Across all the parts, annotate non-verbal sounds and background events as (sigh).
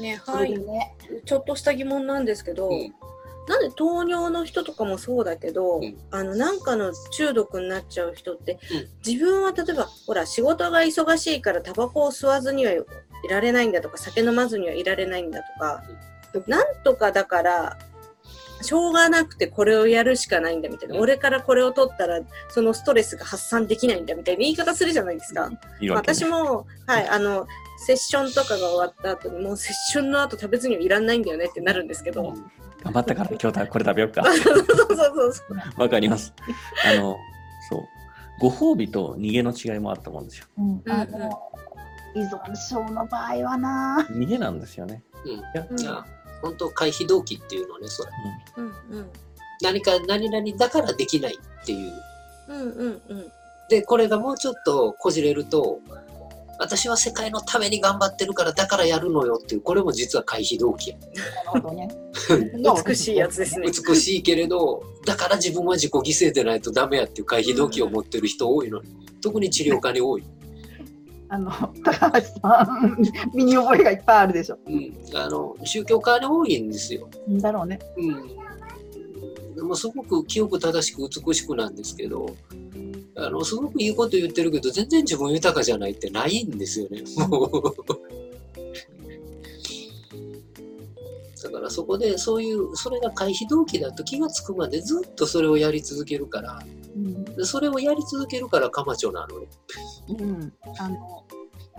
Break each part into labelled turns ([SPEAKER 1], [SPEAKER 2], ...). [SPEAKER 1] ね
[SPEAKER 2] そ
[SPEAKER 1] は
[SPEAKER 2] れで
[SPEAKER 1] い
[SPEAKER 2] ね、
[SPEAKER 1] ちょっとした疑問なんですけど、
[SPEAKER 2] うん
[SPEAKER 1] なんで糖尿の人とかもそうだけど、
[SPEAKER 2] うん
[SPEAKER 1] あのなんかの中毒になっちゃう人って、
[SPEAKER 2] うん
[SPEAKER 1] 自分は例えばほら仕事が忙しいからタバコを吸わずにはいられないんだとか酒飲まずにはいられないんだとか、なんとかだからしょうがなくてこれをやるしかないんだみたいな、
[SPEAKER 2] うん
[SPEAKER 1] 俺からこれを取ったらそのストレスが発散できないんだみたいな言い方するじゃないですか。
[SPEAKER 3] いるわけね
[SPEAKER 1] 私も、はい、あの、セッションとかが終わった後に、もうセッションの後食べずにはいらないんだよねってなるんですけど。
[SPEAKER 3] 頑張ったから今日これ食べよ
[SPEAKER 1] (laughs)
[SPEAKER 3] うか。
[SPEAKER 1] そうそうそうそう。
[SPEAKER 3] わかります。あの、そう。ご褒美と逃げの違いもあったもんですよ。
[SPEAKER 4] うん、
[SPEAKER 1] うん
[SPEAKER 4] あの依存症の場合はな
[SPEAKER 3] 逃げなんですよね。
[SPEAKER 2] うん
[SPEAKER 3] いや、
[SPEAKER 2] いや本当回避動機っていうのねそれ
[SPEAKER 1] うんうん。
[SPEAKER 2] 何か何々だからできないっていう
[SPEAKER 1] うんうんうん。
[SPEAKER 2] でこれがもうちょっとこじれると私は世界のために頑張ってるからだからやるのよっていうこれも実は回避動機や
[SPEAKER 4] なるほどね
[SPEAKER 1] 美しいやつですね。
[SPEAKER 2] 美しいけれどだから自分は自己犠牲でないとダメやっていう回避動機を持ってる人多いのに特に治療科に多い、
[SPEAKER 4] あの高橋さん身に覚えがいっぱいあるでしょ
[SPEAKER 2] うん、あの宗教科に多いんですよ
[SPEAKER 4] なんだろうね
[SPEAKER 2] うん、でもすごく清く正しく美しくなんですけどあのすごくいいこと言ってるけど全然自分豊かじゃないってないんですよね (laughs) もうだからそこでそういうそれが回避動機だと気が付くまでずっとそれをやり続けるから
[SPEAKER 4] うん
[SPEAKER 2] でそれをやり続けるからカマチョなのよ
[SPEAKER 4] うん、あの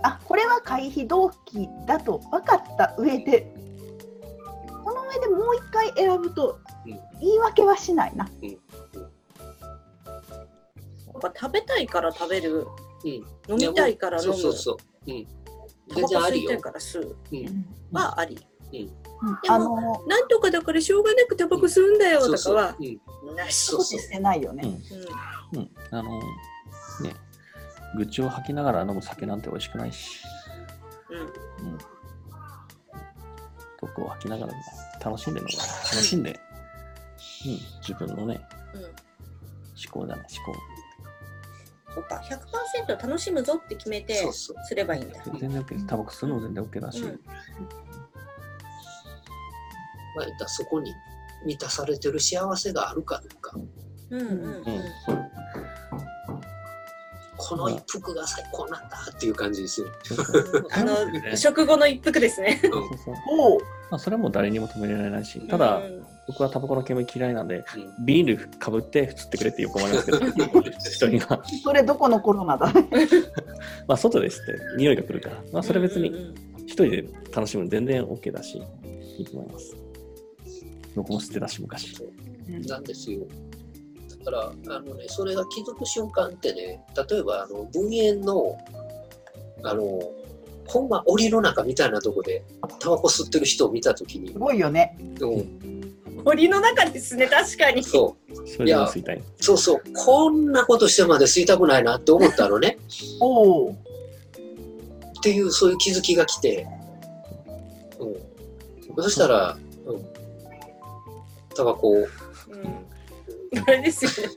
[SPEAKER 4] あこれは回避動機だと分かった上でこの上でもう一回選ぶと
[SPEAKER 2] うん
[SPEAKER 4] 言い訳はしないな。
[SPEAKER 1] やっぱ食べたいから食べる。
[SPEAKER 2] う
[SPEAKER 1] 飲
[SPEAKER 2] ん
[SPEAKER 1] みたいから飲
[SPEAKER 2] そう
[SPEAKER 1] む。
[SPEAKER 2] そうそう、うん、
[SPEAKER 1] タバ
[SPEAKER 2] 全
[SPEAKER 1] コ
[SPEAKER 2] 然あ
[SPEAKER 1] 吸
[SPEAKER 2] り
[SPEAKER 1] いた
[SPEAKER 2] よ
[SPEAKER 1] いから吸う。
[SPEAKER 4] まあ
[SPEAKER 1] はあり。でも
[SPEAKER 4] あの
[SPEAKER 1] なんとかだからしょうがなくタバコ吸うんだよ
[SPEAKER 2] そ
[SPEAKER 1] と
[SPEAKER 2] う
[SPEAKER 1] か
[SPEAKER 2] そう
[SPEAKER 1] は、
[SPEAKER 2] うん
[SPEAKER 1] なし。
[SPEAKER 2] そう
[SPEAKER 4] 少ししてないよね。
[SPEAKER 1] うん
[SPEAKER 3] うん。あの、ね、愚痴を吐きながら飲む酒なんて美味しくないし、
[SPEAKER 1] う
[SPEAKER 3] うん。毒を吐きながら楽しんで飲む。楽しんで、うん、自分のね、
[SPEAKER 1] んうん。
[SPEAKER 3] 思考だね、思考。
[SPEAKER 1] そっか、100%楽しむぞって決めて
[SPEAKER 2] そうそう
[SPEAKER 1] すればいいんだ。
[SPEAKER 3] 全然 OK です。タバコ吸うのも全然 OK だし、
[SPEAKER 1] うん
[SPEAKER 2] まあ言ったらそこに満たされてる幸せがあるかどうか
[SPEAKER 1] うんうんうん。
[SPEAKER 2] この一服が最高なんだっていう感じですよ。
[SPEAKER 3] そうそう
[SPEAKER 1] あ
[SPEAKER 3] ね
[SPEAKER 1] の、食後の一服ですね。
[SPEAKER 3] そうそう
[SPEAKER 4] おう
[SPEAKER 3] まあ、それはもう誰にも止められないし、ただ、
[SPEAKER 1] うん
[SPEAKER 3] 僕はタバコの煙嫌いなんで、
[SPEAKER 2] うん
[SPEAKER 3] ビニールかぶって吸ってくれってよく思いますけど、人には。
[SPEAKER 4] それどこのコロナだね。
[SPEAKER 3] (laughs) まあ、外ですって、匂いが来るから、まあ、それ別
[SPEAKER 1] うん
[SPEAKER 3] に
[SPEAKER 1] うんうん
[SPEAKER 3] 一人で楽しむの全然 OK だし、いいと思います。僕も吸ってたし、昔。
[SPEAKER 2] なんですよ。だからあの、ね、それが気づく瞬間ってね例えばあの文園のあのほんま檻の中みたいなとこでタバコ吸ってる人を見た時に
[SPEAKER 4] す、ごいよね。
[SPEAKER 2] うん
[SPEAKER 1] 森の中ですね、確かに。
[SPEAKER 2] そ
[SPEAKER 3] それでも吸いたい。
[SPEAKER 2] うそうそうこんなことしてまで吸いたくないなって思ったのね
[SPEAKER 4] おお。
[SPEAKER 2] っていうそういう気づきが来て、うん、そしたら、うん、タバコを
[SPEAKER 1] うんあれですよね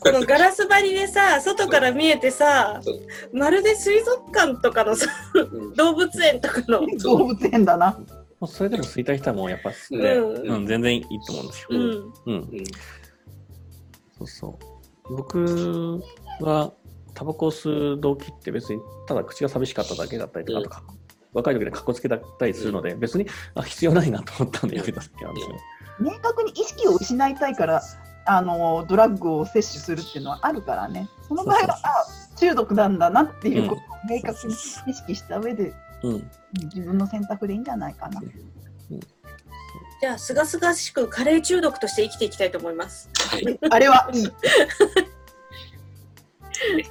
[SPEAKER 1] このガラス張りでさ外から見えてさ
[SPEAKER 2] そう
[SPEAKER 1] まるで水族館とかのさ (laughs)
[SPEAKER 2] うん
[SPEAKER 1] 動物園とかの、
[SPEAKER 2] そう
[SPEAKER 4] 動物園だな。
[SPEAKER 3] まあ、それでも吸いたい人はもうやっぱ吸って、
[SPEAKER 1] うん
[SPEAKER 3] うん、全然いいと思うんですよ。
[SPEAKER 1] うん
[SPEAKER 3] うん
[SPEAKER 2] うん
[SPEAKER 3] そうそう。僕はタバコを吸う動機って別にただ口が寂しかっただけだったりとか、
[SPEAKER 2] うん
[SPEAKER 3] あとか若い時でかっこつけだったりするので、別にあ必要ないなと思ったんでやめただけなんですよね。
[SPEAKER 4] 明確に意識を失いたいからあのドラッグを摂取するっていうのはあるからねその場合はあ中毒なんだなっていうことを明確に意識した上で
[SPEAKER 3] うん。
[SPEAKER 4] 自分の選択でいいんじゃないかな
[SPEAKER 1] じゃあすがすがしくカレー中毒として生きていきたいと思います
[SPEAKER 2] はい、
[SPEAKER 4] あれはいい